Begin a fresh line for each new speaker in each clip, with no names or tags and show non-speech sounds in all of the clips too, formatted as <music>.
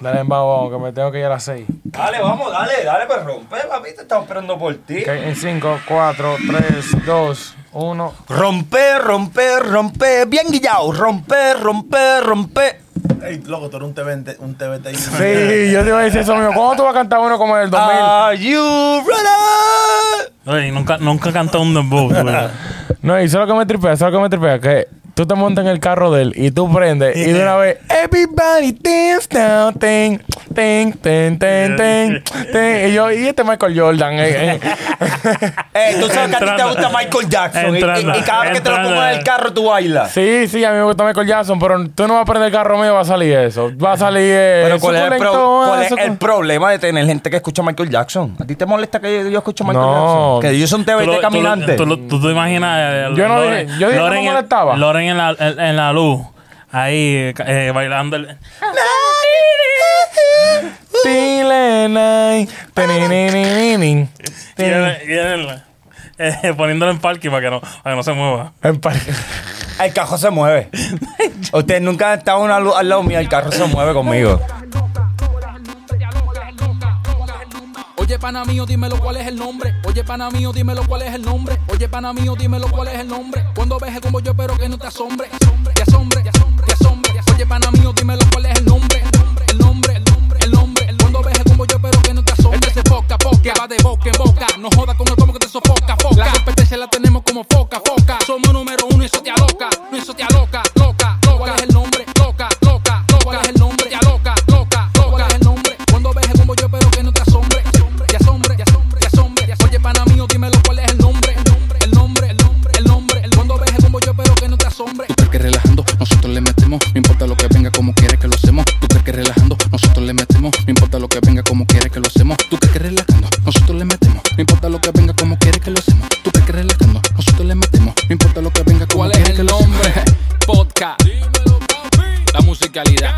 Dale, vamos, que me tengo que ir a las 6.
Dale, vamos, dale, dale, pues rompe, papi, te estamos esperando por ti.
En 5, 4, 3, 2, 1.
Rompe, rompe, rompe, bien guillao, rompe, rompe, rompe.
Ey, loco, tú eres un TVT. Un TVT
Sí, yo te iba a decir eso mío. ¿Cuándo tú vas a cantar uno como el 2000?
Are you ready?
Oye, nunca, nunca cantó un dembow, güey.
<laughs> No, y solo que me tripea, solo que me tripea, que tú te montas en el carro de él y tú prendes y de una vez, everybody dance now, ting, ting, ting, ting, ting, ting. Y yo, y este Michael Jordan. eh, <laughs> eh.
Eh, tú sabes que a ti te
Entrando.
gusta Michael Jackson. y-
Entrando.
Y, y cada vez que te lo
Entrando.
pongo en el carro, tú bailas.
Sí, sí, a mí me gusta Michael Jackson, pero tú no vas a prender el carro mío, va a salir eso. Va a salir. eh,
Pero ¿cuál es, el pro-
suculento,
cuál es
sucul-
el problema de tener gente que escucha a Michael Jackson? ¿A ti te molesta que yo escucho a Michael
No.
Jackson? Que ellos son
Tú
TVT
lo- tú lo-
caminantes.
Tú, lo- tú te imaginas. eh,
Yo no
Loren-
dije- yo dije que
Loren
no me
en-
molestaba.
Loren en la, en, en la luz, ahí eh, bailando. el-
Tile nai, tenenenenenen.
Y él- y él, eh, <laughs> poniéndolo en parque para que no, para que no se mueva.
En parque.
El carro se
<laughs>
mueve. Ustedes nunca han estado en una luz al lado mío, el carro se mueve conmigo.
Oye, pana mío, dímelo cuál es el nombre. Oye, pana mío, dímelo cuál es el nombre. Oye, pana mío, dímelo cuál es el nombre. Cuando ves el combo, yo espero que no te asombre. Te asombre, te asombre, te asombre. Oye, pana mío, dímelo cuál es el nombre. El nombre, el nombre, el nombre. Cuando ves el combo, yo espero que no te asombre. Este se foca, foca, va de boca en boca. No joda con el combo que te sofoca, foca. La competencia la tenemos como foca, foca. Somos número uno y eso te aloca. No, eso te aloca, loca, loca. ¿Cuál es el nombre? Loca, loca, loca. ¿Cuál es el nombre? Te aloca, loca, loca. ¿Cuál es el nombre? Cuando ves el combo, yo espero que no te asombre. Te asombre, te asombre, te asombre. Oye, pana mío, dímelo cuál es el nombre. El nombre, el nombre, el nombre. El Cuando ves el combo, yo espero que no te asombre.
Tú crees que relajando, nosotros le metemos. No importa lo que venga, como quiera que lo hacemos. Tú crees que relajando, nosotros le metemos. No importa lo que venga, como quiera que lo hacemos. Tú crees que relajando, nosotros le metemos. No importa lo que venga, como quiera que lo hacemos. Tú crees que relajando, nosotros le metemos. No importa lo que venga, como
¿Cuál es
quiera que
el
lo
nombre?
hacemos.
Podcast. La musicalidad.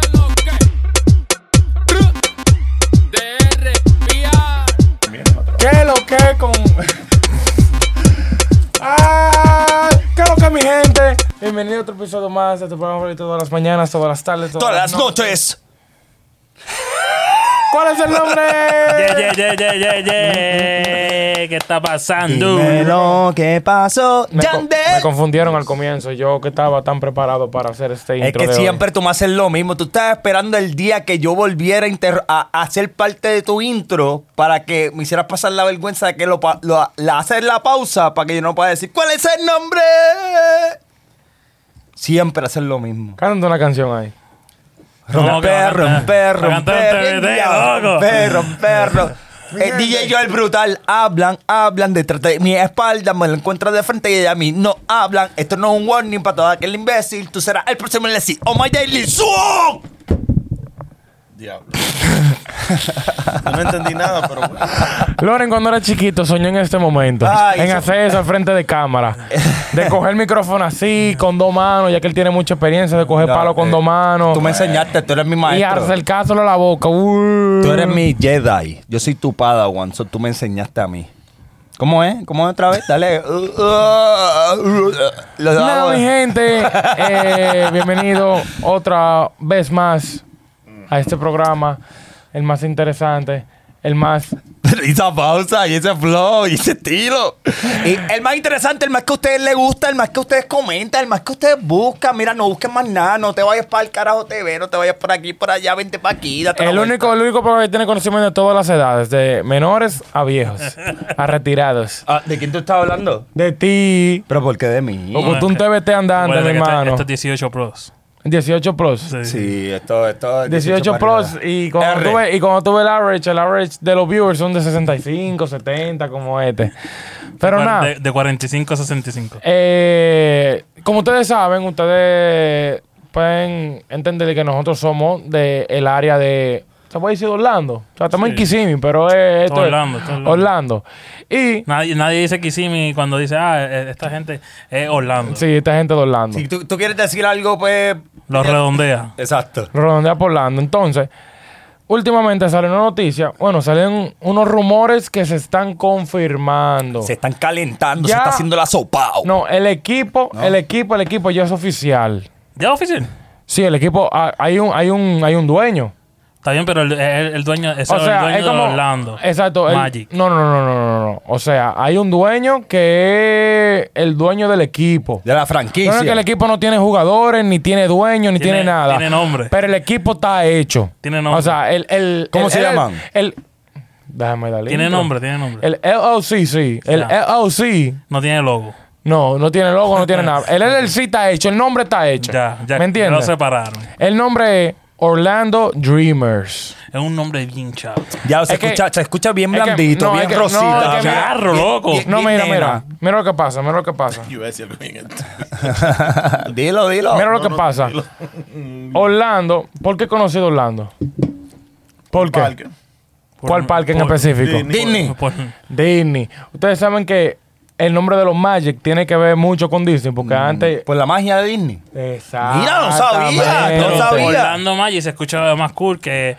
DR,
¿Qué es lo que es con.? ¡Ah! ¿Qué es lo que es, mi gente? Bienvenido a otro episodio más de tu programa favorito todas las mañanas, todas las tardes, todas,
Todas
las
las noches.
noches. ¿Cuál es el
<laughs>
nombre?
Yeah, yeah, yeah, yeah, yeah, yeah. ¿Qué está pasando?
lo que pasó,
Me, co- me confundieron al comienzo. Yo que estaba tan preparado para hacer este
Es
intro.
que
de hoy.
siempre tú me haces lo mismo. Tú estabas esperando el día que yo volviera a inter- a, a ser parte de tu intro para que me hicieras pasar la vergüenza de que lo, pa- lo- la hacer la pausa para que yo no pueda decir cuál es el nombre. Siempre hacer lo mismo.
Cántate una canción ahí.
No, que va a
Romper,
cantar.
romper,
Va a cantar un
romper.
TBT,
bien, ya,
loco.
Romper, romper, romper. Eh, DJ Joel Brutal, hablan, hablan detrás de mi espalda, me lo encuentro de frente y a mí no hablan. Esto no es un warning para todo aquel imbécil. Tú serás el próximo en decir, oh my daily, ¡Suo!
Diablo. no entendí nada, pero bueno.
Loren, cuando era chiquito, soñó en este momento.
Ay,
en
eso-
hacer eso al frente de
<laughs>
cámara. De coger el micrófono así, con dos manos, ya que él tiene mucha experiencia de coger
Ya,
palo con
eh,
dos manos.
Tú me enseñaste, tú eres mi
Oh Y
maestro.
acercárselo a la boca. Uy.
Tú eres mi Jedi. Yo soy tu Padawan, so tú me enseñaste a mí. ¿Cómo es? ¿Cómo es otra vez? Dale. <laughs> Uh, uh, uh, uh. Lo
Nada,
hago.
mi
<laughs>
gente. Eh, bienvenido otra vez más a este programa, el más interesante, el más.
Y esa pausa, y ese flow, y ese estilo. Y el más interesante, el más que a ustedes les gusta, el más que ustedes comentan, el más que ustedes buscan. Mira, no busquen más nada, no te vayas para el carajo TV, no te vayas por aquí, por allá, vente para aquí. date la
El
vuelta.
único, el único programa que tiene conocimiento de todas las edades, de menores a viejos, a retirados.
Ah, ¿De quién tú estás hablando? Oh,
De ti.
Pero ¿por qué de mí?
Porque Pues tú un TBT andando, mi
Acuérdate que este-
hermano.
Este es 18 Pros.
18 plus.
Sí.
Sí, esto, esto.
18 plus y cuando,
R.
tú ves, y cuando tú ves el average, el average de los viewers son de 65, 70 como este. Pero
Cuar-
nada.
De, de 45 a 65.
Eh, como ustedes saben, ustedes pueden entender que nosotros somos del el área de. ¿Se puede decir Orlando? O sea, estamos en
Sí.
Kissimmee, pero es, esto es-
Orlando, todo Orlando.
Orlando. Y.
Nadie, nadie dice Kissimmee cuando dice, ah, eh, esta gente es Orlando.
Sí, esta gente de Orlando.
Si tú, tú quieres decir algo, pues.
Lo redondea.
Exacto.
Redondea por Orlando. Entonces, últimamente salió una noticia. Bueno, salen unos rumores que se están confirmando.
Se están calentando, se
Ya.
está haciendo la sopa.
No, el equipo, el equipo, el equipo ya es oficial.
¿Ya oficial?
Sí, el equipo, ah, hay un, hay un, hay un dueño.
Está bien, pero el, el- el dueño, ese
O
es el
sea,
dueño
es como.
de Orlando.
Exacto. el-
Magic.
no, no, no, no, no, no, no. O sea, hay un dueño que es el dueño del equipo.
De la
No
franquicia.
es que el equipo no tiene jugadores, ni tiene dueño, ni tiene,
Tiene-
nada.
tiene nombre.
Pero el equipo está hecho.
Tiene nombre.
O sea, el. el
¿Cómo
el-
se
el-
llaman?
El, déjame darle.
Tiene
intro.
nombre, tiene nombre.
El LLC, sí. El
Ya.
LLC.
No tiene logo.
No, no tiene logo,
<laughs>
no tiene nada. El LLC está hecho, el nombre está hecho.
Ya, ya.
¿Me entiendes?
Lo separaron.
El nombre es Orlando Dreamers.
Es un nombre bien chato.
Ya se,
Es que-
escucha, se escucha bien
es que-
blandito,
no, es
bien
que- no,
rosita.
es que-
Bien-
Charro, loco.
bien-
No,
bien
mira,
nena.
mira. Mira lo que pasa, mira lo que pasa.
Yo iba a decir algo bien estúpido.
dilo, dilo.
Mira lo que pasa. Orlando, ¿por qué he conocido Orlando? ¿Por qué?
Parque.
¿Cuál parque en
por-
específico?
Disney.
Disney.
Por-
Disney. Ustedes saben que el nombre de los Magic tiene que ver mucho con Disney, porque
Mm.
antes.
Pues la magia de Disney.
Exacto.
Mira, no sabía, no sabía.
Orlando Magic se escucha más cool que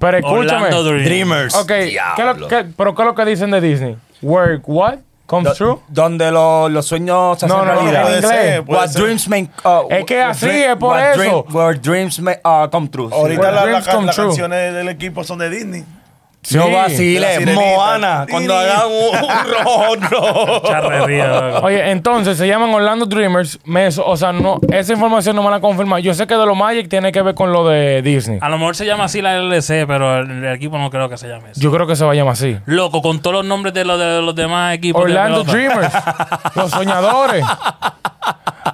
Pero escúchame.
Orlando Dream.
Dreamers.
Ok, ¿qué es lo
Diablo.
que- pero ¿qué es lo que dicen de Disney? Work what? Comes
Do-
true?
Donde lo- los sueños se hacen
No, no, no,
realidad.
en inglés.
Eh, puede
What
ser.
dreams may...
Es que así es por eso.
what dreams may uh, come true.
Ahorita
Well,
la- la-
dreams
las
come true.
canciones del equipo son de Disney.
Sí.
No
De la
vaciles,
sirenita.
Moana.
Disney.
Cuando hagan
<laughs>
un, un rojo.
<laughs>
Charrería, loco.
Oye, entonces se llaman Orlando Dreamers. Me- o sea, no, esa información no me la confirma. Yo sé que de los Magic tiene que ver con lo de Disney.
A lo mejor se llama así la LLC, pero el, el equipo no creo que se llame eso.
Yo creo que se va a llamar así.
Loco, con todos los nombres de los, de los demás equipos. de
Orlando
<laughs> pelota.
Dreamers. los soñadores.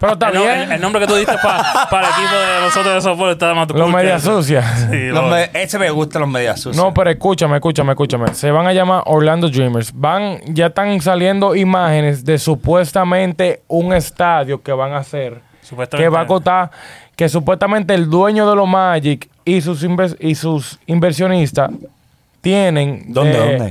Pero está
El, no-
bien.
el- el nombre que tú diste
<laughs>
pa- para el equipo de nosotros de softball está más
los medias sucias.
Sí,
Los
loco.
me- Ese me gusta los medias sucias.
No, pues, pero escúchame, escúchame, escúchame. Se van a llamar Orlando Dreamers. Van, ya están saliendo imágenes de supuestamente un estadio que van a hacer.
Supuestamente.
Que va a costar, que supuestamente el dueño de los Magic y sus, inves- y sus inversionistas tienen.
¿Dónde,
eh,
dónde?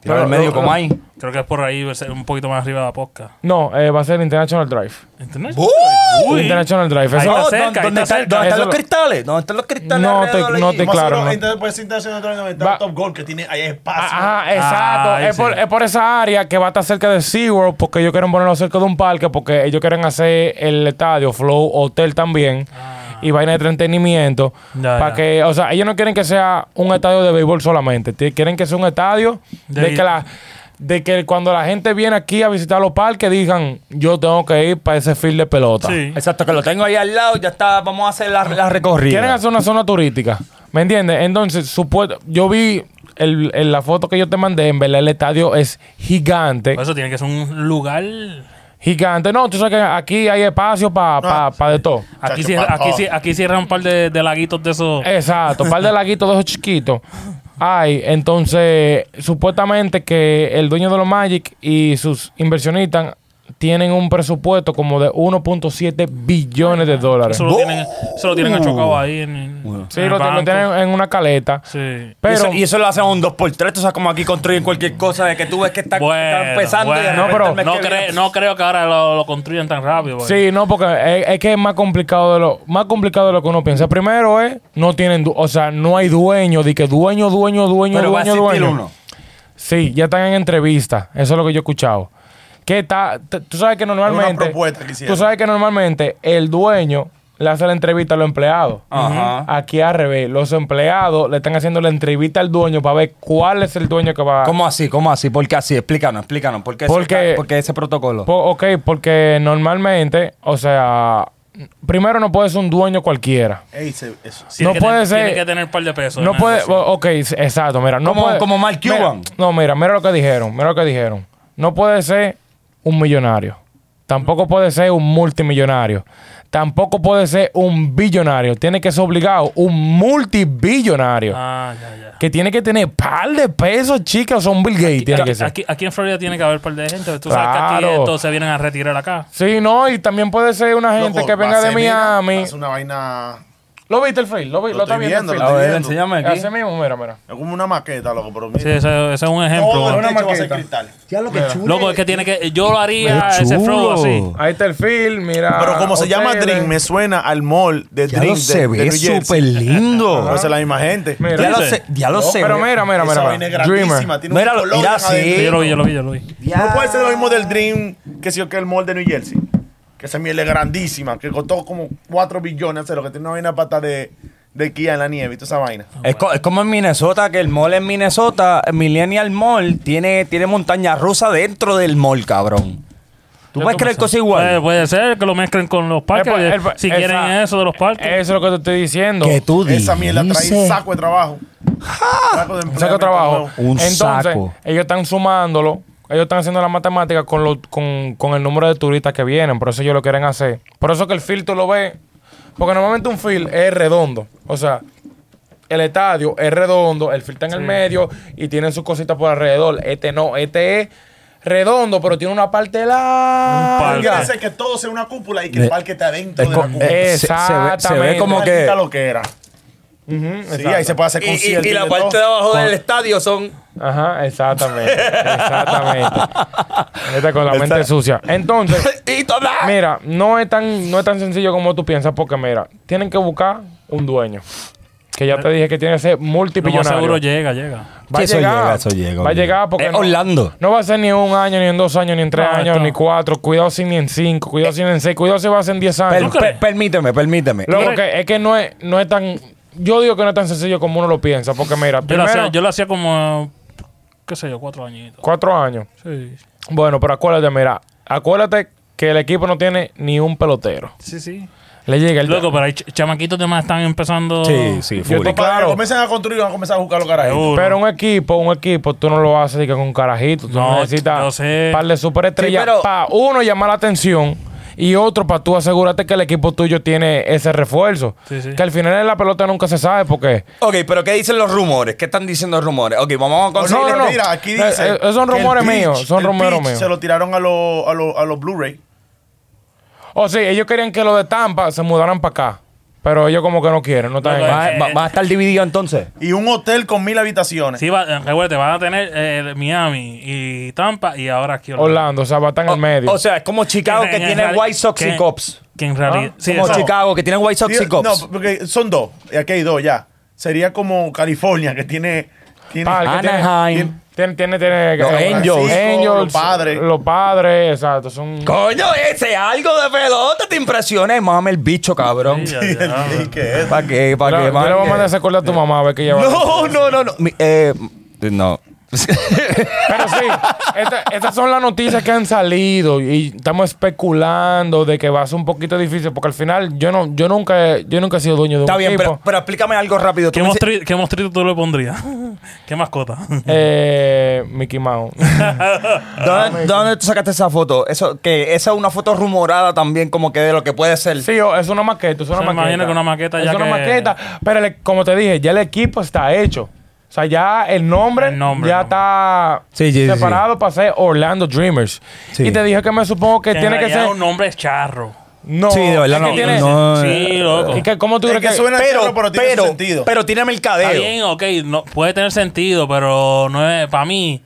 Tira
pero- eh,
al medio
pero-
como ahí.
Creo que es por ahí, un poquito más arriba de la posca.
No, eh, va a ser International Drive.
¿Entendés?
¡Uh!
International Drive. Eso-
Ahí está
Oh,
cerca,
¿dónde-
ahí
¿Dónde
está
está-
cerca.
dónde están
Eso
los
lo-
cristales? ¿Dónde están los cristales?
No te-
alrededor
no
allí?
te-
Más
Claro,
claro,
no.
puede ser internacional otra vez,
Va- eh.
está Top Golf que tiene ahí espacio.
Ajá, Ah, exacto.
ahí
es, por,
sí.
es por esa área que va a estar cerca de SeaWorld porque ellos quieren ponerlo cerca de un parque porque ellos quieren hacer el estadio Flow Hotel también y vaina de entretenimiento.
Ya,
para
ya.
que, o sea, ellos no quieren que sea un estadio de béisbol solamente. Ti- Quieren que sea un estadio
De
de,
ahí.
que la de que cuando la gente viene aquí a visitar los parques digan, yo tengo que ir para ese field de pelota.
Sí.
Exacto, que lo tengo ahí al lado. Ya está. Vamos a hacer la, la recorrida.
Quieren hacer una zona turística. ¿Me entiendes? Entonces, supuesto, yo vi el- el- la foto que yo te mandé, en verdad el estadio es gigante.
Por eso tiene que ser un lugar.
Gigante. No, tú sabes que aquí hay espacio para
Ah.
pa, pa Eh, de todo.
Aquí,
Chacho,
cierra-
pa-
aquí,
oh.
cier- aquí cierran un par de, de laguitos de esos.
Exacto, un par de laguitos de esos chiquitos. Ay, entonces, supuestamente que el dueño de los Magic y sus inversionistas tienen un presupuesto como de 1.7 billones de dólares.
Eso lo tienen, eso lo tienen achocado ahí en, en-
Uh. Sí,
en el
lo, lo
banco.
tienen en una caleta.
Sí.
Y eso-
Pero,
y, eso, lo hacen un 2x3, tú sabes, como aquí construyen cualquier cosa de que tú ves que está,
Bueno,
está empezando y de
bueno.
repente
No,
el mes
no,
que
cre-
viene-
no creo que ahora lo, lo construyan tan rápido. pues. güey.
sí, no, porque es, es que es más complicado de lo más complicado de lo que uno piensa. Primero es, no tienen, du- o sea, no hay dueño, de que dueño, dueño, dueño,
Pero va a
dueño,
existir
dueño.
uno.
Sí, ya están en entrevista. Eso es lo que yo he escuchado. Que está, t- tú sabes que normalmente.
propuesta que hicieron.
Tú sabes que normalmente el dueño le hace la entrevista a los empleados.
Ajá.
Aquí al revés, los empleados le están haciendo la entrevista al dueño para ver cuál es el dueño que va.
¿Cómo así? ¿Cómo así? ¿Por qué así? Explícanos, explícanos. ¿Por qué, ese-
Porque-
por qué ese protocolo?
Po- ok, porque normalmente, o sea, primero no puede ser un dueño cualquiera.
Ey, se- eso. sí.
no
Tiene que
puede
tener-
ser-
Tiene que tener un par de pesos.
No
en
puede,
el negocio.
ok, s- exacto, mira, no
Como-
puede-
como Mark
Mira,
Cuban.
no, mira, mira lo que dijeron, mira lo que dijeron. No puede ser un millonario. Tampoco puede ser un multimillonario. Tampoco puede ser un billonario. Tiene que ser obligado un multibillonario.
Ah, ya, ya.
Que tiene que tener par de pesos, chicas. Son Bill Gates. tiene que ser.
Aquí, aquí en Florida tiene que haber un par de gente. pues, Tú sabes que aquí
Claro.
estos se vienen a retirar acá.
Sí, no, y también puede ser una gente
Loco,
que venga de
Vaselina,
Miami.
Es una vaina.
¿Lo viste el film? ¿Lo, vi-
Lo
lo está
estoy
viendo? el
viendo,
a ver,
viendo.
enséñame
film?
aquí.
Así mismo, mira, mira.
Es como una maqueta, loco, pero mira.
Sí, ese, ese es un ejemplo.
Todo el
güey.
techo va a ser cristal.
Loco, es que tiene que. Yo lo haría ese flow así.
Ahí está el film, mira.
Pero como se llama
hoteles.
Dream, me suena al mall de
Ah, Ya
Dream.
lo
de-
se
de
ve
New Jersey.
súper lindo.
<laughs> Pero esa es la misma gente.
Mira.
ya lo
dices?
sé, ya lo
No,
sé.
Pero mira, mira,
Esa
mira.
vaina
mira.
es grandísima,
Dreamer.
tiene un
Mira, lo-
color
mira,
adentro.
sí.
Sí, yo lo vi, yo lo vi, yo lo vi.
No puede ser lo mismo del Dream que si que el mall de New Jersey. Que esa miel es grandísima, que costó como 4 billones, hacer lo que tiene una vaina pata de, de Kia en la nieve y toda esa vaina.
Es, co- es como en Minnesota, que el mall en Minnesota, el Millennial Mall, tiene, tiene montaña rusa dentro del mall, cabrón. ¿Tú
Yo
puedes
tomo
creer que es
Puede,
igual?
puede ser que lo mezclen con los parques.
El pa- el pa-
si quieren
esa-
eso de los parques.
Eso es lo que te estoy diciendo.
Que tú
Esa mierda trae
dices.
saco de trabajo. Saco de
Un saco de trabajo.
empleamiento
Un
Entonces,
saco.
ellos están sumándolo. Ellos están haciendo la matemática con, lo- con, con el número de turistas que vienen. Por eso ellos lo quieren hacer. Por eso que el feel tú lo ves. Porque normalmente un feel es redondo. O sea, el estadio es redondo, el feel está en el medio y tienen sus cositas por alrededor. Este no, este es redondo, pero tiene una parte larga.
nuevo.
parque.
Quiere hacer que todo sea una cúpula y que el parque esté adentro
Es
de la
co-
cúpula.
eh, se- se ve- se ve
Exactamente.
como que...
Quita lo que era.
Ujú,
Sí, ahí se puede hacer
Y- y-
conciertos.
y la
de
parte
todo.
de abajo del estadio son <laughs>
Ajá, exactamente. Exactamente. Esta con la mente
Exacto.
sucia. Entonces,
<laughs> y toma.
Mira, no es tan, no es tan sencillo como tú piensas, porque mira, tienen que buscar un dueño. Que ya te dije que tiene que ser
Lo más
multimillonario.
pues seguro llega, llega.
va a
Eso
llegar.
llega, eso llega,
va a
llega.
llegar porque.
Es Orlando.
No va a ser ni en un año, ni en dos años, ni en tres
No,
años,
esto-
ni cuatro. Cuidado si ni en cinco, cuidado si ni en seis, cuidado si va a ser en diez
Per-
años.
crees?
per- permíteme, permíteme.
Loco,
Mira-
que es que no es, no es tan. Yo digo que no es tan sencillo como uno lo piensa, porque mira,
Yo lo,
primero,
hacía, yo lo hacía como, qué sé yo, cuatro añitos.
cuatro años.
Sí,
Bueno, pero acuérdate, mira, acuérdate que el equipo no tiene ni un pelotero.
sí. sí.
Le llega el
Loco, pero hay ch- chamaquitos demás están empezando.
Sí, sí,
Yo
full.
te-
Para que
Claro.
Comiencen a construir y van a comenzar a buscar los carajos.
Seguro.
Pero un equipo, un equipo, tú no lo haces de que con un carajito. Tú
No, yo
necesitas
sé.
un par de superestrellas
Sí, pero-
para uno llamar la atención y otro para tú asegurarte que el equipo tuyo tiene ese refuerzo.
Sí, sí.
Que al final en la pelota nunca se sabe porque...
Ok, pero ¿qué dicen los rumores? ¿Qué están diciendo los rumores? Ok, vamos a conseguir.
no, no.
Mira, aquí
Eh,
dice.
eh, son
que el
rumores
pitch-
míos, son
el
rumores
pitch
míos.
Se lo tiraron a los a los- a los Blu-ray.
O oh, sí, ellos querían que los de Tampa se mudaran para acá. Pero ellos como que no quieren, no están
No,
en-
no,
Va,
eh,
va- va a estar dividido entonces.
Y un hotel con mil habitaciones.
Sí, va, eh, recuérdate, van a tener eh, Miami y Tampa y ahora aquí
Orlando, o sea, va a estar en el medio.
O sea, es como Chicago que
en
tiene
reali-
White Sox
que-
y Cops.
Que en realidad.
Ah,
sí,
Como
exacto.
Chicago que tiene White Sox
Sí,
y Cops.
No, porque son dos. Y aquí hay dos ya. Sería como California, que tiene. tiene
Pal, que tiene-
Anaheim.
Tiene, tiene, tiene-
Los
eh,
Angels.
Angels,
Los padres.
Los padres, exacto. Son...
Coño, ese algo de pelota te impresiona y mame el bicho, cabrón.
Sí, ya,
<laughs>
ya, ya.
¿Y qué es?
¿Para qué?
Yo
¿Para
le yo
qué?
le voy a
mame?
mandar ese corte a tu mamá a ver que ella va a
No, no, no, no. Mi- eh, no. <laughs>
Pero sí, esta- estas son las noticias que han salido y estamos especulando de que va a ser un poquito difícil porque al final yo no yo nunca he- yo nunca he sido dueño de
Está
un
bien, pero,
equipo.
pero explícame algo rápido. Tú
¿Qué,
me dices-
mostri- ¿Qué mostrito tú le pondrías? <laughs> ¿Qué mascota?
Eh, Mickey Mouse.
Ah,
¿Dónde, dónde tú sacaste esa foto? Eso, que esa es una foto rumorada también, como que de lo que puede ser.
sí, o- es una maqueta, es una
Se me
maqueta.
imagina que una maqueta
es
ya
una
que-
maqueta, pero el- como te dije, ya el equipo está hecho. O sea, ya el nombre,
El nombre,
ya
el nombre.
está
Sí, sí, sí,
separado para ser Orlando Dreamers.
Sí.
Y te dije que me supongo que,
Que en
tiene que
realidad
ser
un nombre charro.
no,
Sí, de verdad,
es que
no,
tiene-
no, eh,
sí, loco.
¿Y que, ¿Cómo tú
Es
crees
que
que
suena
pero,
pero, pero tiene
pero,
sentido.
pero tiene mercadeo.
Está bien, ok, no, puede tener sentido, pero no es para mí.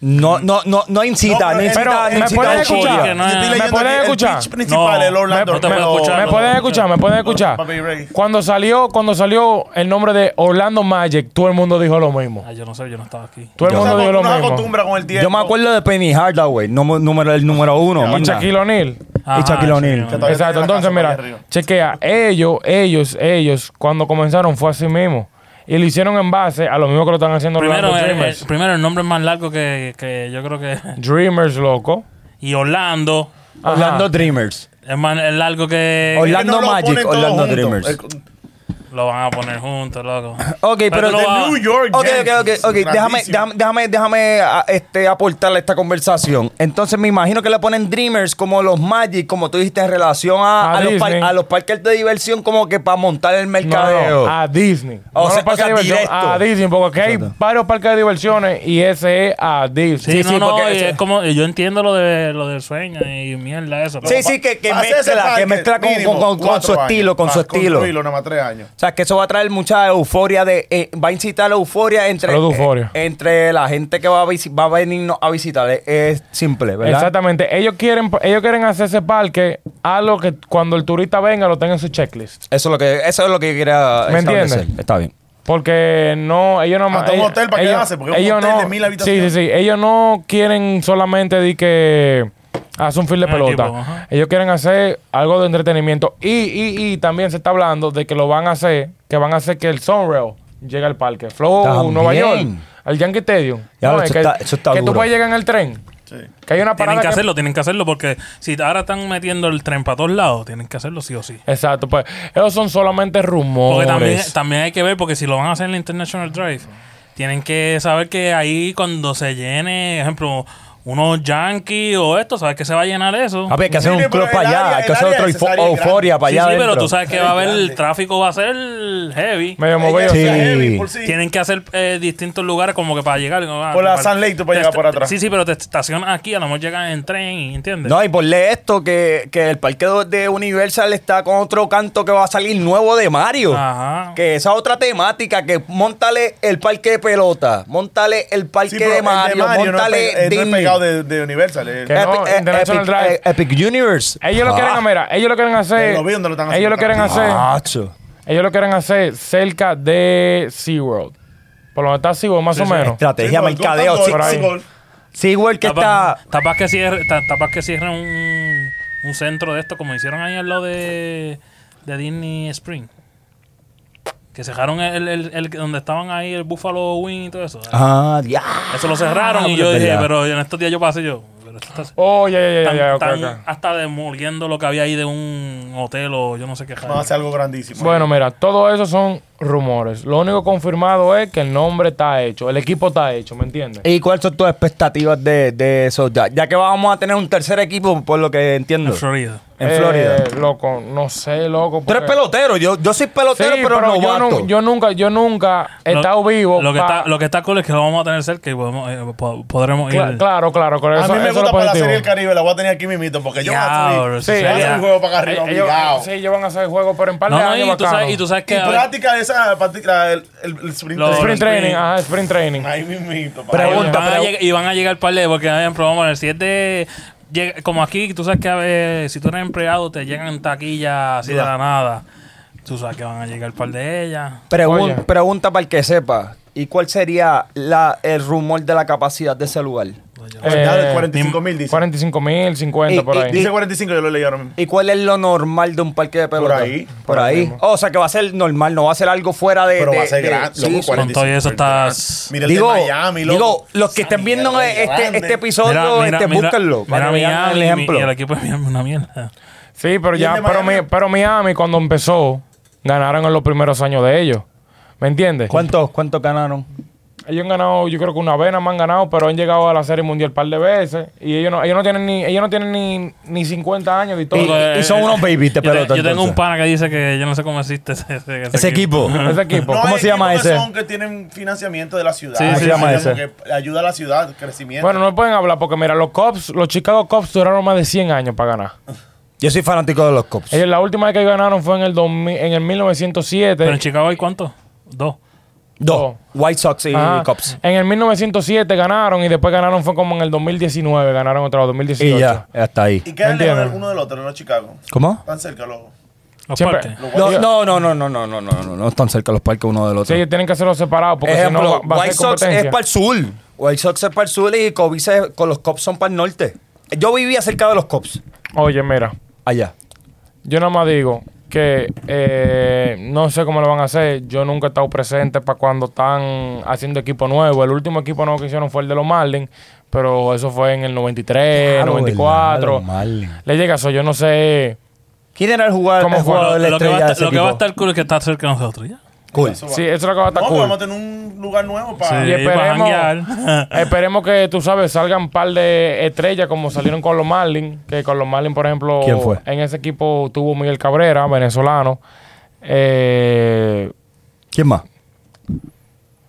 No, no, no, no incita,
No,
no,
pero- eh,
incita,
pero-
no
¿me
incita
puedes
a
escuchar?
furia.
Que no
Yo
es-
estoy
¿Me
leyendo
pueden
que el
escuchar?
pitch principal,
No,
el Orlando.
no te
pero-
puedo escuchar.
Me
no,
pueden
no,
escuchar, me pueden escuchar.
Papi Ray.
Cuando salió, cuando salió el nombre de Orlando Magic, todo el mundo dijo lo mismo.
Ah, yo no sé, yo no estaba aquí.
Todo el
O sea,
mundo dijo
uno
lo
se
mismo.
acostumbra con el tiempo.
Yo me acuerdo de Penny Hardaway, número, número- el número uno.
Y
manda.
Shaquille O'Neal.
Ajá,
Shaquille O'Neal.
Shaquille
Exacto.
Todavía tiene la
Entonces,
casa
mira,
por allá arriba.
chequea. Ellos, ellos, ellos, cuando comenzaron fue así mismo. Y lo hicieron en base a lo mismo que lo están haciendo
Primero, eh,
Orlando
el,
Dreamers.
el- primero, el nombre es más largo que, que yo creo que. <laughs>
Dreamers, loco.
Y Orlando
Ajá.
Orlando Dreamers.
es más es largo que.
Orla-
Es que no
Orlando
lo
Magic,
ponen Eh, todos
Orlando
juntos.
Dreamers.
El-
Lo van a poner juntos, loco.
Ok, pero
tú
de
lo vas-
New York.
Ok, ok, ok.
Yankees,
ok. Déjame,
grandísimo.
déjame, déjame, déjame, a- este, aportarle esta conversación. Entonces me imagino que le ponen Dreamers como los Magic, como tú dijiste, en relación a,
A
a los, par-
Disney.
a los parques de diversión, como que para montar el
No,
mercadeo.
no, Ah. a Disney.
O
No
sea-
los parques
o sea,
de diversión,
directo.
a Disney, porque aquí hay
Exacto.
varios parques de diversiones y ese es a Disney.
Sí, no,
sí,
no,
porque
y
ese-
es como, yo entiendo lo de lo del sueño y mierda eso.
Sí,
pero
sí, que, que
Hace ese
mezcla, que
parque
mezcla con,
mínimo
con- con- con su
cuatro años
estilo, con su
para
estilo.
construirlo, nada más tres años.
O sea, que eso va a traer mucha euforia, de, eh, va a incitar euforia entre,
Salud, euforia.
eh, entre la gente que va a, visi- va a venirnos a visitar. Es, es simple, ¿verdad?
Exactamente. Ellos quieren, ellos quieren hacer ese parque a lo que cuando el turista venga lo tenga en su checklist.
Eso es lo que, eso es lo que yo quería
¿Me entiendes?
establecer. Está bien.
Porque no, ellos no
Hasta un
ellos-
hotel para
ellos-
quedarse, porque es un
ellos
hotel
no,
de mil
Sí, sí,
habitaciones.
sí. Ellos no quieren solamente di que hace un film de
Un equipo,
pelota.
ajá.
Ellos quieren hacer algo de entretenimiento. Y, y, y también se está hablando de que lo van a hacer, que van a hacer que el Sunrail llegue al parque. Flow,
También.
Nueva York, al Yankee Stadium.
Ya,
No,
eso
es que,
está- eso está
que tú
duro.
puedes llegar en el tren. Que hay una parada
Tienen que
que-
hacerlo, tienen que hacerlo porque si ahora están metiendo el tren para todos lados, tienen que hacerlo sí o sí.
Exacto, pues esos son solamente rumores.
Porque también, también hay que ver, porque si lo van a hacer en la International Drive, tienen que saber que ahí cuando se llene, ejemplo, unos Yankees o esto, sabes que se va a llenar eso.
A ver, hay que hacer
Sí,
un
pero
club
el
para
área-
allá, hay que
el
hacer
área
otro
necesaria
eufo-
es
euforia para
sí,
allá.
sí, pero
adentro.
tú sabes que va a haber, el tráfico va a ser heavy.
Medio movido.
Sí.
Ella está heavy por sí.
Tienen que hacer eh, distintos lugares como que para llegar. ¿no?
Por la
Para-
San Ley tú puedes
te
llegar por
esta-
atrás.
Sí, sí, pero te estacionas aquí, a lo mejor llegas en tren, ¿entiendes?
No, y ponle esto, que, que el parque de Universal está con otro canto que va a salir nuevo de Mario.
Ajá.
Que esa otra temática, que montale el parque de pelota, montale el parque
Sí, pero
de
el
Mario,
no es,
montale
pe- eh, no es
Disney.
pegado de, de Universal. eh.
Que no,
Epic, eh,
International
Epic-
Drive.
eh, Epic Universe.
Ellos lo
Ah.
quieren, mira, ellos lo quieren hacer.
En los videos no lo están haciendo
ellos lo quieren
tanto.
hacer.
Macho.
Ellos lo quieren hacer cerca de SeaWorld. Por lo que está SeaWorld, más o menos.
Estrategia,
Sí, gol,
mercadeo.
gol,
Sí,
gol,
sí.
gol.
SeaWorld que
Tapas-
está...
tapas que cierre, ta- tapas que cierre un, un centro de esto, como hicieron ahí al lado de, de Disney Spring. Que cerraron el, el- el- donde estaban ahí el Buffalo Wing y todo eso.
Ah, ya.
Eso lo cerraron
pues
Ah,
y yo
pero es
dije,
verdad.
pero en estos días yo pasé yo. Pero esto está-
Oh, ya, ya, ya,
están-
ya, ok,
están
ok.
hasta demoliendo lo que había ahí de un hotel o yo no sé qué.
Vamos a hacer algo grandísimo.
Bueno, mira, todo eso son rumores. Lo único confirmado es que el nombre está hecho, el equipo está hecho, ¿me entiendes?
¿Y cuáles son tus expectativas de, de eso? Ya, ya que vamos a tener un tercer equipo, por lo que entiendo.
En Florida.
En
Eh,
Florida.
Loco, no sé, loco.
Tú eres
porque-
pelotero, yo, yo soy
Sí,
pelotero,
pero,
pero, no
yo,
novato.
nu- yo nunca, yo nunca he
Lo-
estado vivo.
Lo que,
pa-
está, lo que está cool es que lo vamos a tener cerca y podemos, eh, po- podremos ir.
Cla- claro, claro, con
a
eso,
mí me
eso es lo
gusta para la
positivo.
serie del Caribe, la voy a tener aquí mimito, porque yo voy a
Diablo,
subir.
Sí,
eso
Voy a
ya.
hacer
sería-
un juego para arriba,
Eh, ellos-
obligado.
sí, ellos van a hacer el juego por en par de
No, no,
años
y tú,
bacano.
sabes, y tú sabes que.
Y práctica esa práctica, el, el, el sprint.
Los-
Sprint
training.
training, ajá, sprint training.
Ahí mimito. pa.
Pero- Pregunta,
y, van a
pregu-
llegar, y van a llegar par de, porque por ejemplo, vamos a ver, si es de. llega- como aquí, tú sabes que a ver, si tú eres empleado, te llegan taquillas así de la nada. Tú sabes que van a llegar par de ellas.
Pregun-
Oye.
Pregunta para el que sepa. ¿Y cuál sería la, el rumor de la capacidad de ese lugar?
Eh,
45 mil, dice.
45 mil, 50 por
Y- y-
ahí.
Dice 45, yo lo leí ahora mismo.
¿Y cuál es lo normal de un parque de pelota?
ahí.
Por, ahí. o sea, que va a ser normal, no va a ser algo fuera de...
Pero va a
de-
ser
de-
grande.
sí,
loco,
sí.
45
Con todo y eso
mil, grande.
estás-
Mira el
Digo,
de Miami, loco.
digo, los que
Esa
estén viendo
mierda de
este,
grande.
este episodio, este, búsquenlo.
Mira,
para que vean
Miami,
el ejemplo.
y el equipo de Miami una mierda.
Sí, pero
¿Y
ya,
el de
pero,
Miami?
mi- pero Miami cuando empezó, ganaron en los primeros años de ellos. ¿Me entiendes?
¿Cuántos, ¿Cuántos ganaron?
Ellos han ganado, yo creo que una vez nada más han ganado, pero han llegado a la Serie Mundial un par de veces. Y ellos no, ellos no tienen ni, ellos no tienen ni, ni 50 años de historia.
y son unos babies de
eh, Yo te-
pelota,
Yo tengo
entonces.
un pana que dice que yo no sé cómo existe ese, ese- ese
Ese
<laughs>
equipo.
Ese equipo.
No,
¿Cómo
hay
se llama
equipos que
ese?
Son que tienen financiamiento de la ciudad.
Sí,
que
sí,
se
sí.
llama
ese.
como que ayuda a la ciudad, crecimiento.
Bueno, no pueden hablar porque mira, los Cubs, los Chicago Cubs duraron más de 100 años para ganar.
Yo soy fanático de los Cops.
Eh,
Ellos, la última vez que ganaron fue en el 2000 en el 1907.
Pero en Chicago hay cuántos? Dos.
Dos.
oh.
White Sox y
Ajá.
Cops.
En el 1907 ganaron y después ganaron fue como en el 2019, ganaron otra vez, 2018.
Y ya, hasta ahí.
¿Y quedan
entiendo.
lejos el uno del otro, no Chicago?
¿Cómo?
Tan cerca, loco.
Los
Siempre-
parques.
Los
No,
White-
no, no, no, no, no, no, no, no, no están cerca los parques uno del
Sí,
otro.
ellos tienen que hacerlo separado porque si no
Ejemplo,
va, va a ser
White Sox es
competencia.
para el sur. White Sox es para el sur y Kobe se- con los Cops son para el norte. Yo vivía cerca de los Cops,
Oye, mira,
allá.
yo nada más digo que eh, no sé cómo lo van a hacer. Yo nunca he estado presente para cuando están haciendo equipo nuevo. El último equipo nuevo que hicieron fue el de los Marlins, pero eso fue en el 93,
Claro,
94.
verdad, los Marlins.
Le llega eso, yo no sé.
¿Quién era el jugador,
¿Cómo
el
fue?
jugador de la
Lo, lo que va
estrella
a
de
estar-
ese
lo que va a
equipo?
estar cool es que está cerca de nosotros ya.
Cool.
Sí, eso es lo que va a estar
No,
Ah, cool.
podemos tener un lugar nuevo para...
Y
Sí, para
esperemos,
janguear.
<laughs> esperemos que, tú sabes, salgan un par de estrellas como salieron con los Marlins. Que con los Marlins, por ejemplo,
¿Quién fue?
en ese equipo tuvo Miguel Cabrera, venezolano. Eh,
¿Quién más?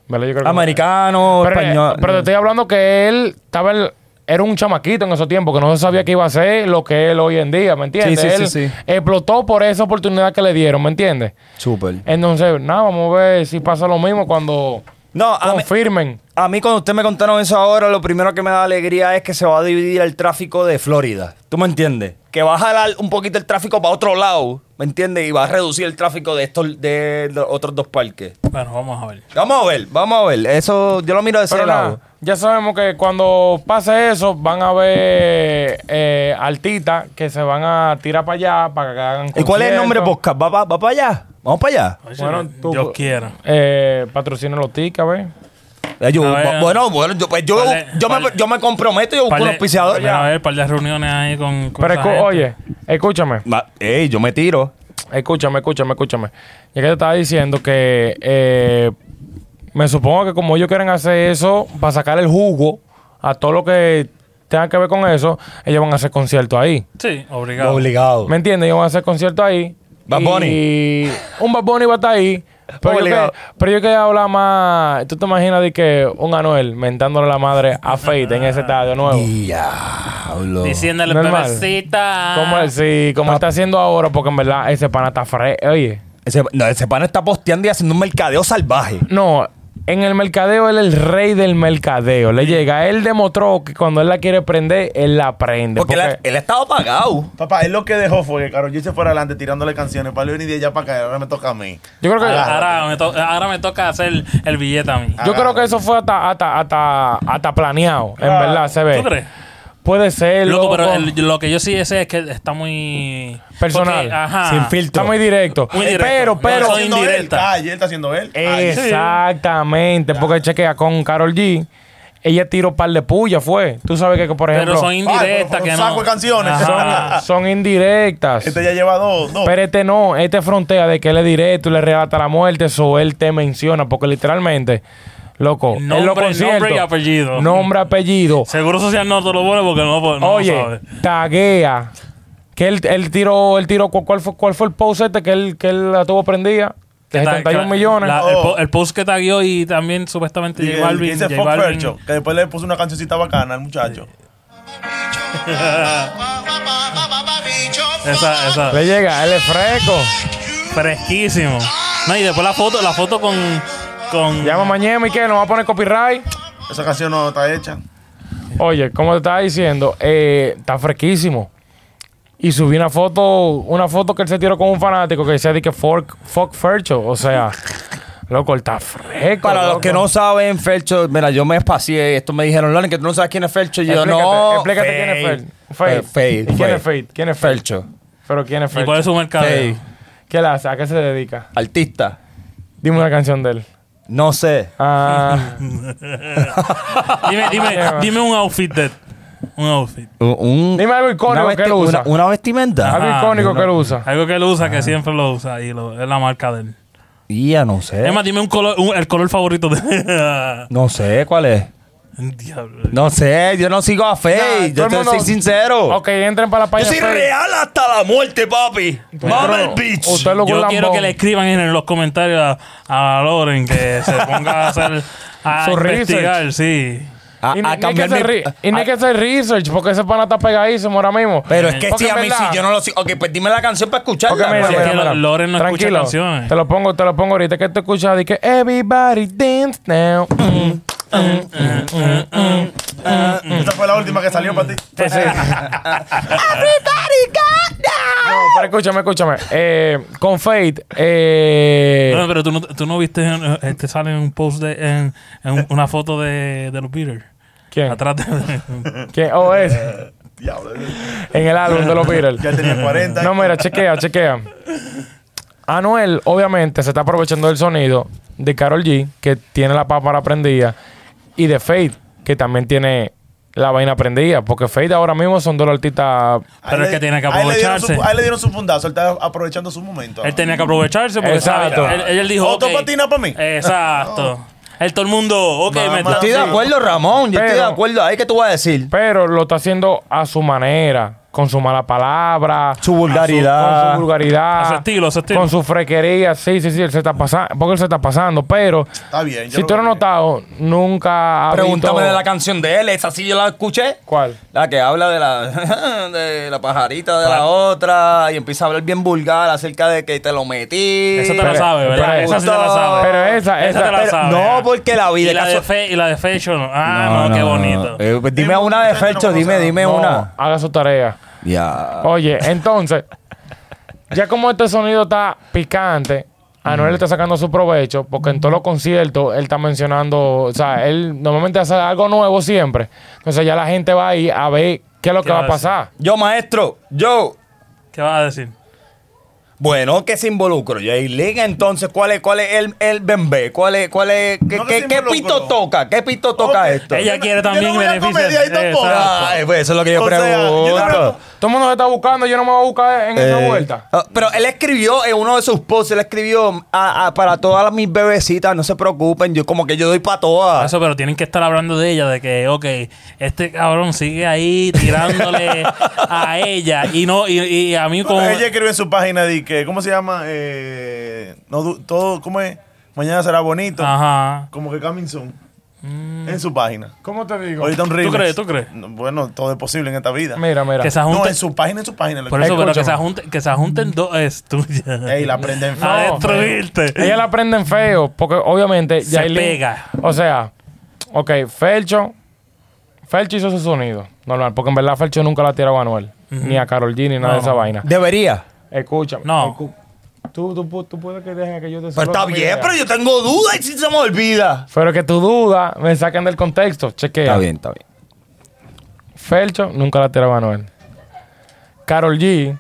¿verdad? Yo creo que-
Americano,
Pero, eh,
español.
pero te estoy hablando que él estaba el- era un chamaquito en esos tiempos que no se sabía que iba a ser lo que él hoy en día, ¿me entiendes?
Sí, sí, sí,
él
sí.
explotó por esa oportunidad que le dieron, ¿me entiendes?
Súper.
eh, Entonces, nada, vamos a ver si pasa lo mismo cuando
No, a mí,
confirmen.
a mí cuando ustedes me contaron eso ahora, lo primero que me da alegría es que se va a dividir el tráfico de Florida. ¿Tú me entiendes? Que va a jalar un poquito el tráfico para otro lado, ¿me entiendes? Y va a reducir el tráfico de estos de los otros dos parques.
Bueno, vamos a ver.
Vamos a ver, vamos a ver. Eso yo lo miro de ese
Pero nada,
lado.
ya sabemos que cuando pase eso, van a haber eh, artistas que se van a tirar para allá para que hagan
¿Y cuál es el nombre
conciertos.
podcast? ¿Va, va, va para allá? ¿Vamos para allá?
Oye,
Bueno, tú-
Dios quiera.
Eh, patrocina los tickets, a ver.
Eh, yo-
A ver,
bu- bueno, bueno, yo, pues yo,
¿cuál es-
yo, me,
cuál-
yo me comprometo y yo busco un
Par de-
auspiciador.
Mira, A ver, par de reuniones ahí con. con
Pero
esa
escu-
gente.
oye, escúchame,
Ma- Ey, yo me tiro.
escúchame, escúchame, escúchame. Ya que te estaba diciendo que eh, me supongo que como ellos quieren hacer eso para sacar el jugo a todo lo que tenga que ver con eso, ellos van a hacer conciertos ahí.
Sí, obligado.
Obligado.
¿Me entiendes? Ellos van a hacer concierto ahí.
Oh. Bad Bunny.
Y un Bad Bunny va a estar
<laughs>
ahí. Pero yo, que,
Obligado.
pero yo quería hablar más. ¿Tú te imaginas de que un Anuel mentándole la madre a Feita en ese estadio nuevo?
Diablo.
Diciéndole
Normal.
Ah.
bebecita.
Como el- sí, como está haciendo ahora, porque en verdad ese pana está fresco. Oye,
Ese, no, ese pana está posteando y haciendo un mercadeo salvaje.
no, en el mercadeo él es el rey del mercadeo. Le llega, él demostró que cuando él la quiere prender, él la prende.
Porque él, ha-
porque-
él ha estado pagado.
Papá, él lo que dejó fue que Karol G se fuera adelante tirándole canciones para venir de allá para acá. Ahora me toca a mí.
yo creo que.
Ah.
Ahora, ahora me to- ahora me toca hacer el billete a mí.
Ah,
yo creo que eso fue hasta, hasta, hasta, hasta planeado,
Ah.
en verdad, se ve.
pues.
¿Tú crees?
Puede ser.
Loco, pero
loco.
el- lo que yo sí sé es que está muy.
Personal.
Porque, ajá.
Sin filtro.
Está muy directo.
Muy directo.
Pero,
No,
pero.
eso
Está
es
haciendo él,
indirecta.
calle, él está haciendo él. Ay, sí.
Exactamente. Porque chequea con Carol G. Ella tiró un par de pullas, fue. Tú sabes que, por ejemplo.
Pero son indirectas
pero
que no.
saco de canciones. <laughs>
Ajá.
son indirectas.
Este ya lleva dos. dos.
Pero este no, este frontea de que él es directo y le relata la muerte, eso él te menciona, porque literalmente, loco, en los
Nombre-
conciertos,
nombre y apellido.
Nombre, apellido.
Seguro social no te lo pone porque no, pues, no lo
Oye,
sabe.
taguea. Que él, él tiró, él tiró, ¿cu- ¿cuál fue, cuál fue el post este que él, que él la tuvo prendida? De
Ta-
71
la-
millones.
la- el,
Oh.
po- el post que taguió y también supuestamente
Y
J
el que
Balvin.
dice
J
Fuck
Balvin-
Fercho, que después le puso una cancioncita bacana al muchacho.
Esa, esa.
Le llega, él es fresco.
Fresquísimo. No, y después la foto, la foto con. con
Llama mañana y que nos va a poner copyright.
Esa canción no está hecha.
Oye, como te estaba diciendo, eh, está fresquísimo. Y subí una foto, una foto que él se tiró con un fanático que decía de que fuck, fuck Fercho. O sea, loco, él está fresco.
Para los
loco.
que no saben, Felcho, mira, yo me espacié. Esto me dijeron, Loren, que tú no sabes quién es Felcho. Y yo,
Explícate,
no.
explícate quién es Fate.
Eh, Fate,
¿Quién
Fate.
es Fate? ¿Quién es Fate?
Felcho.
Pero ¿quién es
¿Y
Fercho?
cuál es su mercado?
Fake.
¿Qué le hace? ¿A qué se dedica?
Artista.
Dime una canción de él.
No sé. <laughs>
Ah,
Dime, dime, dime un outfit de. Un outfit.
Un, un-
dime algo
una,
icónico que
vesti-
él usa.
una, una vestimenta.
Algo
Ah,
icónico
yo
que él usa.
Algo que él usa que siempre lo usa y lo- es la marca de él.
Ya no sé.
Es más, dime un color, un- el color
<laughs>
favorito de.
No sé cuál es.
Diablo.
No sé, yo no sigo a
Nah, todo
Fey. yo
el
te
mundo-
soy sincero.
Ok, entren para la página. de Fate.
hasta la muerte, papi. Mama
Pero Usted lo
Yo
guardan
quiero
bon.
que le escriban en los comentarios a, a Loren que se ponga a hacer. A
Su
investigar, sí.
A,
Y ni-
a
ni que
cambiar
hacer
mi-
re- y ni
a-
que hacer research, porque ese pana está pegadísimo ahora mismo.
Pero
Eh,
es que
Porque
si a
en
mí, si
verdad-
yo no lo sigo. Ok, pues dime la canción para escucharla.
Porque mira,
güey.
mira,
que
mira.
Loren no escucha canciones.
Te lo pongo, te lo pongo ahorita que te escuchas de que everybody dance now. Mm.
Esa fue la última que salió para ti.
No, pero escúchame, escúchame. Eh, con Fate, eh,
Loren, pero tú no, tú no viste, en- eh, te sale en un post, de, en, en un- una foto de, de los Beatles.
¿quién?
Atrás de.
¿Quién? Oh, es
<laughs> Diablo.
en el álbum de los Beatles.
Ya tenía 40.
No, mira, chequea, chequea. Anuel, obviamente, se está aprovechando del sonido de Carol G, que tiene la pápara prendida, y de Fate, que también tiene la vaina prendida, porque Fate ahora mismo son dos los artistas.
Ahí
Pero es
le-
que tiene que
ahí le dieron su-
aprovecharse. Este
Ahí le dieron su fundazo. Él está aprovechando su momento.
Él tenía que aprovecharse porque
Exacto.
¿sabes? Él, él dijo.
Otro
ok.
patina pa' mí.
Exacto. Él todo el mundo. Ok,
Mamá.
me
Yo
está.
estoy de acuerdo, Ramón. Yo estoy
Pero-
de acuerdo. Ahí que tú vas a decir.
Pero lo está haciendo a su manera, con su mala palabra,
Su
con
vulgaridad.
su vulgaridad,
A su estilo, a su estilo.
con su frequería. Sí, sí, sí, él se está pasando, porque él se está pasando, pero
Está bien. yo
si
lo
tú no has
veo
notado, nunca ha
Pregúntame
visto-
de la canción de él. Esa sí yo la escuché.
¿Cuál?
La que habla de la, <laughs> de la pajarita de la otra y empieza a hablar bien vulgar acerca de que te lo metí.
Esa te la sabe, ¿verdad?
pero-
Esa sí te la sabe.
Pero esa,
Esa te
esa.
la
Pero-
sabe.
no, porque la vida
Y la, de
caso-
fe, y la de Fecho. no. Ah, no, qué bonito.
Eh, pues dime una de Fercho, dime, dime
No,
una.
Haga su tarea.
Ya.
Oye, entonces, ya como este sonido está picante, Anuel está sacando su provecho porque en todos los conciertos él está mencionando, o sea, él normalmente hace algo nuevo siempre. Entonces ya la gente va ahí a ver qué es lo que
¿Qué
va a
va a hacer?
pasar.
Yo, maestro, yo.
¿Qué vas a decir?
Bueno, que se involucró? J League, entonces, ¿cuál es, cuál es el, el bembé? ¿Cuál es, cuál es, qué,
No que
qué-
se
qué
involucró.
pito toca? ¿Qué pito toca
Ok.
esto?
Ella
no-
quiere
yo no
también
voy a
beneficiar.
comedia y tampoco.
Exacto.
Ay, pues eso es lo que yo
O sea,
pregunto.
yo tampoco-
Todo el mundo se está buscando, yo no me voy a buscar en esa
Eh,
vuelta.
ah, Pero él escribió en uno de sus posts, él escribió "Ah, ah, para todas las- mis bebecitas, no se preocupen, yo como que yo doy para
Ah.
Por
todas.
Eso, pero tienen que estar hablando de ella, de que, ok, este cabrón sigue ahí tirándole a ella y no y, y a mí como...
Ella escribe en su página de que, ¿cómo se llama? Eh, no, du- todo, ¿cómo es? Mañana será bonito.
Ajá.
Como que coming soon. En su página.
¿Cómo te digo?
Ahorita un remix.
crees? ¿Tú crees?
No, Bueno, todo es posible en esta vida.
Mira, mira.
Que se
No,
junten...
en su página, en su página.
por eso, pero que
Escúchame.
se junten, que se junten dos es tuya.
Ey, la prenden
<laughs> a
no,
destruirte.
Ella la prenden feo porque obviamente
Se pega.
O sea, ok, Felcho. Felcho hizo su sonido, normal, porque en verdad Felcho nunca la tiraba a Anuel, ni a Carol G, ni nada de
No.
esa vaina.
Debería.
Escúchame.
No.
escu- Tú, tú, pu- tú puedes que dejen que yo te
Pero
solo
Pues está
mi
bien,
idea.
pero yo tengo dudas y si se me olvida.
Pero que tu duda me saquen del contexto. Chequea.
está bien.
Felcho nunca la tiraba a Anuel. Carol G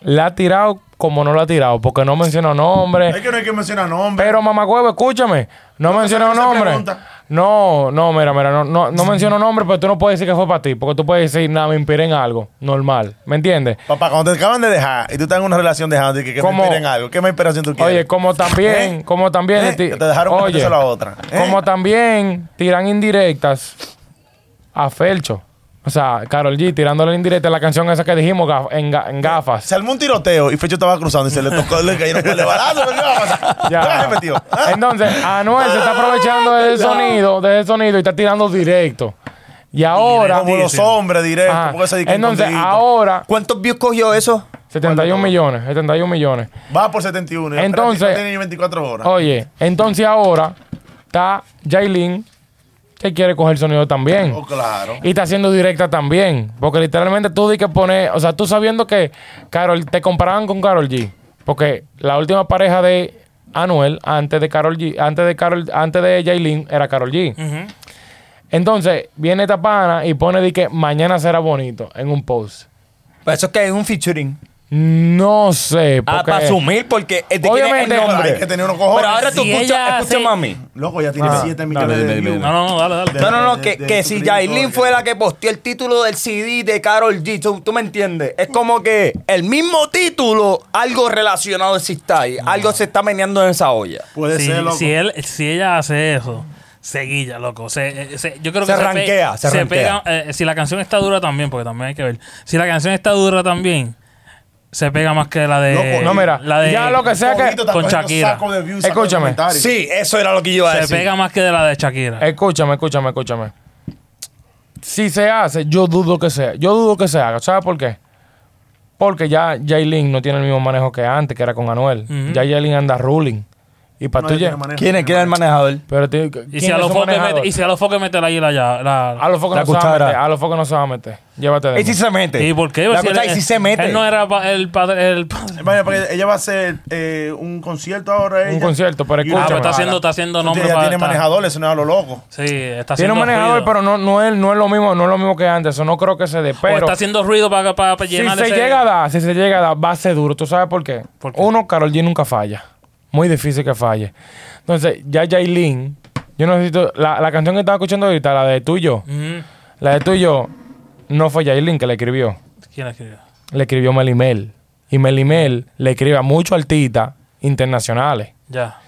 la ha tirado como no la ha tirado, porque no mencionó nombre.
Es que no hay que mencionar nombres.
Pero mamagüevo, escúchame. No menciono
esa
nombre.
pregunta.
No, no, mira, mira, no, no, no menciono nombre, pero tú no puedes decir que fue para ti, porque tú puedes decir, nada, me inspiré en algo, normal, ¿me entiendes?
Papá, cuando te acaban de dejar y tú estás en una relación dejando y que, que me
¿Cómo?
inspiren algo, ¿qué más inspiración tú quieres?
Oye, como también,
¿Eh?
como también,
¿Eh?
ti-
Que te dejaron una
oye,
cosa a la otra. ¿Eh?
como también tiran indirectas a Felcho, o sea, Carol G tirándole indirecta a la canción esa que dijimos gaf- en, ga- en gafas.
Se armó un tiroteo y Fecho estaba cruzando y se le tocó, le cayeron por el balazo. ¿Qué va a pasar?
Ya.
<laughs> <laughs> Ya. se metió. Ah.
Entonces, Anuel se está aprovechando de
<laughs>
ese sonido, de ese sonido y está tirando directo. Y ahora,
Como los hombres directo.
Ajá.
porque se di que
Entonces,
encontrito.
ahora,
¿Cuántos views cogió eso?
71 millones, 71 millones.
Va por 71.
Entonces-
Espérate, no tiene ni 24 horas.
Oye, entonces ahora está Jailin que quiere coger sonido también.
Oh, claro.
Y está haciendo directa también. Porque literalmente tú di que poner, o sea, tú sabiendo que Carol, te comparaban con Carol G. Porque la última pareja de Anuel antes de Carol G, antes de Carol, antes de Jailin era Carol G.
Ujú.
Entonces, viene esta pana y pone de que mañana será bonito en un post.
Pues Eso es que es un featuring.
No sé.
Ah,
porque-
para asumir, porque eh, te
Obviamente,
quiere el nombre.
hay que tener unos cojones.
Pero ahora tú
Si
escucha,
ella
escucha
hace-
mami.
Loco, ya tiene 7 millones
dale,
de
dale,
views.
No, no, no, dale, dale.
No, no, no,
de-
que,
de-
que
de
si
Sufrido,
Yailin
que-
fue la que posteó el título del CD de Carol G, tú, tú me entiendes? Es como que el mismo título, algo relacionado existe ahí, algo se está meneando en esa olla.
Puede
si,
ser, loco.
si él, si ella hace eso, seguilla, loco. Se, eh, se- yo creo que
Se
pe-
rankea, se rankea.
pega, eh, si la canción está dura también, porque también hay que ver. Si la canción está dura también, se pega más que la de.
Loco,
No, mira,
la de-
ya lo que sea que...
Poquito está
con
cogiendo
Shakira.
saco de views, saco de
Escúchame.
comentarios.
Sí, eso era lo que yo iba a
Se
decir.
pega más que de la de Shakira.
Escúchame, escúchame, escúchame. Si se hace, yo dudo que sea. Yo dudo que se haga. ¿Sabes por qué? Porque ya Jailin no tiene el mismo manejo que antes, que era con Anuel. Ya Jailin anda ruling. Y para
No,
tú
ya tiene
ya-
manejo.
¿Quién es, quién es el manejador?
Pero tío, ¿quién
y,
es
si a los
su
foques
manejador? Ah,
mete, y si a los foques mete la hila ya. la-
A los focos
La
no se va a
cuchara.
meter, a los focos no se va a meter. Llévate de
¿Y si
mí.
se mete?
¿Y por qué? Pues
La
Si él-
cosa es, ¿y si se mete?
Él no era pa- el padre. El padre.
Vaya, porque ella va a hacer eh, un concierto ahora.
Un
ella.
concierto, pero
Y una
escúchame.
Ah, pero está
parada.
haciendo- está haciendo
Entonces,
nombre
Ella
para-
tiene
está-
manejadores, eso no es a lo loco.
Sí, está haciendo
Tiene un manejador,
ruido.
pero no, no, es, no es lo mismo, no es lo mismo que antes. Eso no creo que se dé.
o
Pero
está haciendo ruido para, para, para
si
llenar
se
ese-
llega a dar, si se llega a dar, va a ser duro. ¿Tú sabes por qué?
¿Por qué?
Uno, Carol G nunca falla. Muy difícil que falle. Entonces, ya Jailin, yo necesito. La, la canción que estaba escuchando ahorita, la de tú y yo,
Ujú.
la de tú y yo, no fue Jailin que la escribió.
¿Quién escribió?
Le escribió Melimel. Y Melimel le escribe a muchos artistas internacionales
Ya.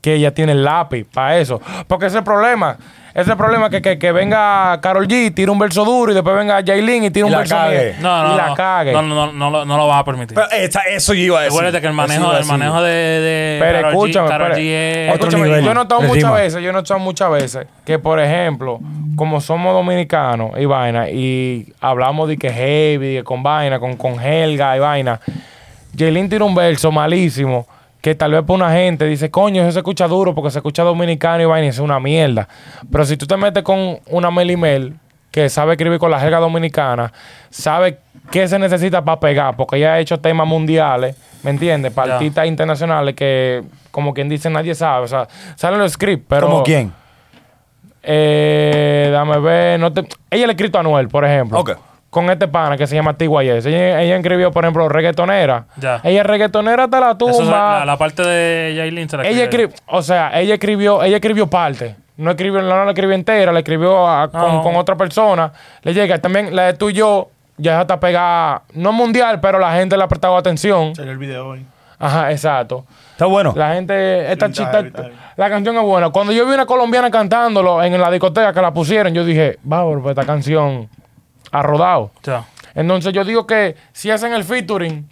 que ella tiene el lápiz para eso. Porque ese es el problema. Ese es el problema que, que, que venga Carol G, tira un verso duro y después venga Jailin y tira un
la
verso
cague.
medio.
No, no,
y la
no.
cague.
No, no, no, no, lo, no lo vas a permitir.
Pero esa- eso yo iba a decir.
Acuérdate que el
Eso
manejo,
iba a
el
decir.
manejo de, de
Pero
Karol G-
escúchame,
Karol
pero-
G es-
escúchame,
nivel.
yo he notado
Rima.
muchas veces, yo he notado muchas veces que, por ejemplo, como somos dominicanos y vaina, y hablamos de que heavy, de con vaina, con, con helga y vaina, Jelín tira un verso malísimo que tal vez para una gente dice, coño, eso se escucha duro porque se escucha dominicano y vaina y eso es una mierda. Pero si tú te metes con una Melimel, que sabe escribir con la jerga dominicana, sabe qué se necesita para pegar, porque ella ha hecho temas mundiales, ¿me entiendes? Para
Ya.
artistas internacionales que, como quien dice, nadie sabe. O sea, salen los scripts, pero...
¿Como quién?
Eh, dame ver. No te... Ella le ha escrito a Anuel, por ejemplo.
Ok.
Con este pana que se llama T.Y.S. Ella, ella escribió, por ejemplo, reggaetonera.
Ya.
Ella es reggaetonera hasta la tumba.
Eso es la, la parte de Jailin se la
ella escribió, o sea, ella escribió, ella escribió parte. No escribió, no la escribió entera, la escribió a- con,
Ah, No.
con otra persona. Le llega también la de tú y yo, ya está pegada, no mundial, pero la gente le ha prestado atención.
Salió el video hoy.
Ajá, exacto.
Está bueno.
La gente, esta
Vintage,
chica,
vintage.
la canción es buena. Cuando yo vi una colombiana cantándolo en la discoteca que la pusieron, yo dije, va, pues esta canción ha rodado.
Ya.
Entonces yo digo que si hacen el featuring,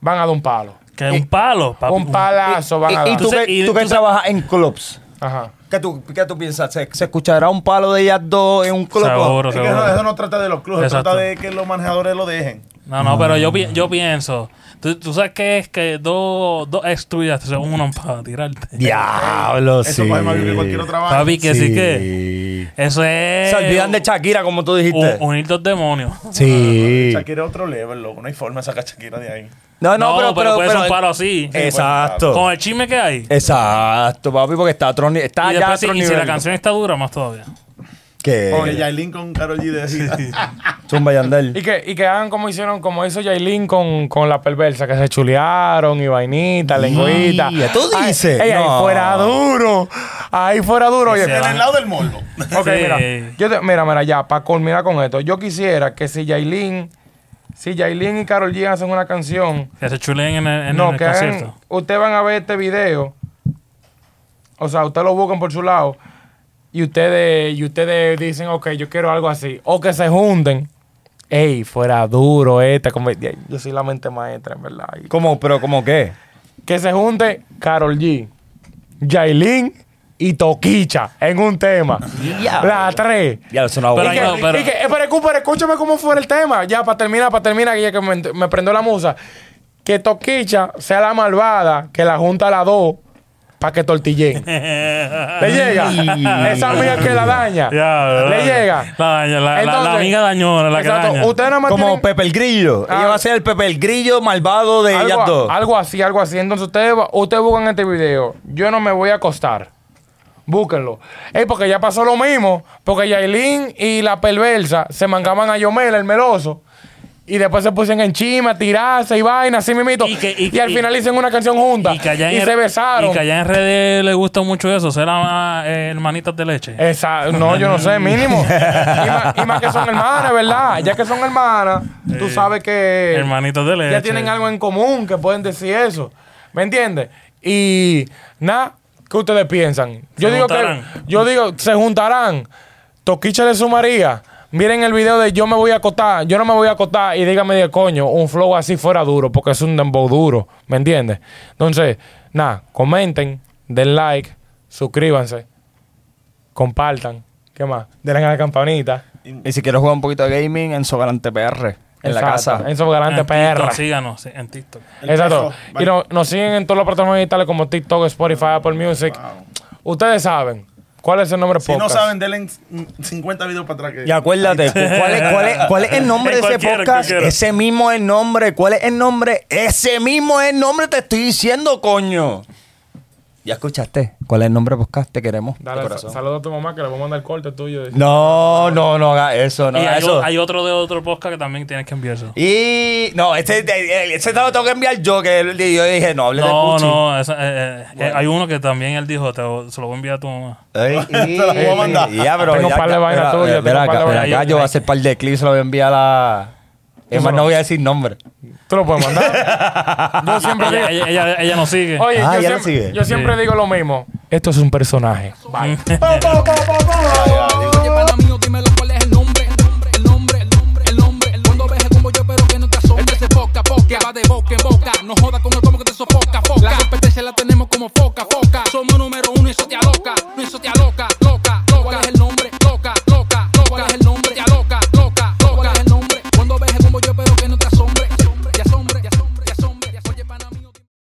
van a dar un palo.
Que un palo, papi.
Un palazo van Ah, a
Y, y
dar.
tú
Entonces,
que,
y
tú que
tú-
trabajas en clubs,
Ajá.
¿qué tú, qué tú piensas? ¿Se, se escuchará un palo de ellas dos en un club?
Seguro,
Es que eso,
seguro.
eso no trata de los clubes,
Exacto.
trata de que los manejadores lo dejen.
No, no,
Mm.
pero yo, pi- yo pienso. ¿tú, tú sabes que es que dos, dos ex tuyas se unen para tirarte.
Diablo, sí.
Eso coge más bien que cualquier otra vaina.
Papi, que sí, que.
Sí.
Eso es.
Se olvidan de Shakira, como tú
un-
dijiste.
Unir dos demonios.
sí.
Shakira es otro level, loco. No hay forma de sacar a Shakira de ahí.
No, no, pero, pero,
puede ser
pero-
un palo así.
eh,
Exacto.
Con el chisme que hay.
Exacto, papi, porque está a otro, ni- está
y
ya a
después, si,
otro
y si
nivel.
la canción está dura, más todavía.
¿Qué?
Porque Yailin con Karol G de así.
<laughs>
Zumba Yandel.
Y que, y que hagan como hicieron, como hizo Yailin con, con la perversa, que se chulearon y vainita, lengüita.
¿tú
Ay,
dices?
ey, ahí
No.
fuera duro. Ahí fuera duro. Oye,
se
en
va.
el lado del morbo.
Ok,
Sí.
mira, yo te- mira, mira, ya, para culminar con esto, yo quisiera que si Yailin, si Yailin y Carol G hacen una canción,
Que se chulen en el, en
no,
el
que
concierto.
hagan, ustedes van a ver este video, o sea, ustedes lo buscan por su lado, y ustedes, y ustedes dicen, ok, yo quiero algo así, o que se junten, ey, fuera duro esta, como, yo soy la mente maestra, en verdad, y-
¿Cómo? ¿Pero cómo qué?
que se junte Carol G, Yailin y Toquicha en un tema. Las tres.
Ya, eso no
Pero
Y
ahí
que,
no, pero-
y que, eh, pero escú- pero escúchame cómo fuera el tema. Ya, para terminar, para terminar, que ya que me, me prendió la musa. Que Toquicha sea la malvada que la junta a las dos para que
<laughs>
tortillen. Le llega. Esa amiga que la daña.
Ya, ¿verdad?
Le llega.
La daña, la- la- la amiga dañona, la que
exacto,
daña.
Usted nada más
Como
tienen-
Pepe el Grillo.
Ah.
Ella va a ser el Pepe el Grillo malvado de ellas
algo,
dos.
algo así, algo así. Entonces ustedes, va- ustedes buscan este video. Yo no me voy a acostar. Búsquenlo. Ey, porque ya pasó lo mismo. Porque Yailin y la perversa se mangaban a Yomel, el meloso. Y después se pusieron en chima, a tirarse y vaina, así mimito. Y,
Y que- y-
al
y-
final hicieron una canción juntas.
Y que allá en
se
el-
besaron.
Y que allá en redes le gusta mucho eso, ser ama- eh, hermanitas de leche.
Esa- no, yo no sé, mínimo.
<laughs>
y, más, y más que son hermanas, ¿verdad? Ya que son hermanas, tú sabes que.
hermanitas de leche.
ya tienen algo en común que pueden decir eso. ¿Me entiendes? Y nada, ¿qué ustedes piensan? Yo
Se
digo
juntarán.
que yo digo, se juntarán. Toquicha le sumaría. Miren el video de yo me voy a acotar, yo no me voy a acotar y dígame de coño, un flow así fuera duro, porque es un dembow duro, ¿me entiendes? Entonces, nada, comenten, den like, suscríbanse, compartan, ¿qué más? Denle a la campanita.
Y si quieres jugar un poquito de gaming, en Sogalante PR, en la
Exacto.
casa.
En su garante
En TikTok,
perra.
síganos sí, en TikTok.
El
Exacto.
peso,
Y
vale.
no- nos siguen en todas las plataformas digitales como TikTok, Spotify, Apple Music. Ustedes saben cuál es el nombre
Si no
podcast.
saben, denle mm, 50 videos para atrás. que-
Y acuérdate, cu- ¿cuál es, cuál es- cuál es el nombre de
En
ese
cualquiera, en
podcast?
cualquiera.
Ese mismo es el nombre. ¿Cuál es el nombre? Ese mismo es el nombre, te estoy diciendo, coño. Ya escuchaste. ¿Cuál es el nombre del podcast? Te queremos. de
Dale,
corazón.
saludo a tu mamá que le voy a mandar el corte tuyo.
No, no, no haga eso, no
y
haga
hay,
eso.
o- hay otro de otro podcast que también tienes que enviarse.
Y no, ese, eh, ese te lo tengo que enviar yo, que él- yo dije, no, hable de
No,
Pucci.
no, esa- eh, eh, eh, hay uno que también él dijo, te lo- se lo voy a enviar a tu mamá.
<laughs> Ey, y-
lo voy a mandar.
Ya, pero
Tengo
ya,
un par de
ya,
vainas
mira,
tuyas,
mira
tengo un
acá,
par de
mira
vainas.
acá, yo voy a hacer par de clips, se lo voy a enviar a... Es más, no voy a decir nombre.
Tú lo puedes <laughs> mandar. Ah, yo siempre digo,
Ella, ella, ella, ella nos sigue.
oye,
Ah,
yo,
ya lo
siempre,
sigue.
yo siempre digo lo mismo. Esto es un personaje.
Oye, pana mío, dímelo cuál es el nombre. El nombre, el nombre, el nombre. Cuando veje como yo, espero que no te asombres. Este se foca, foca, va de boca en boca. No joda con el como que te sofoca, foca. La competencia la tenemos como foca, foca.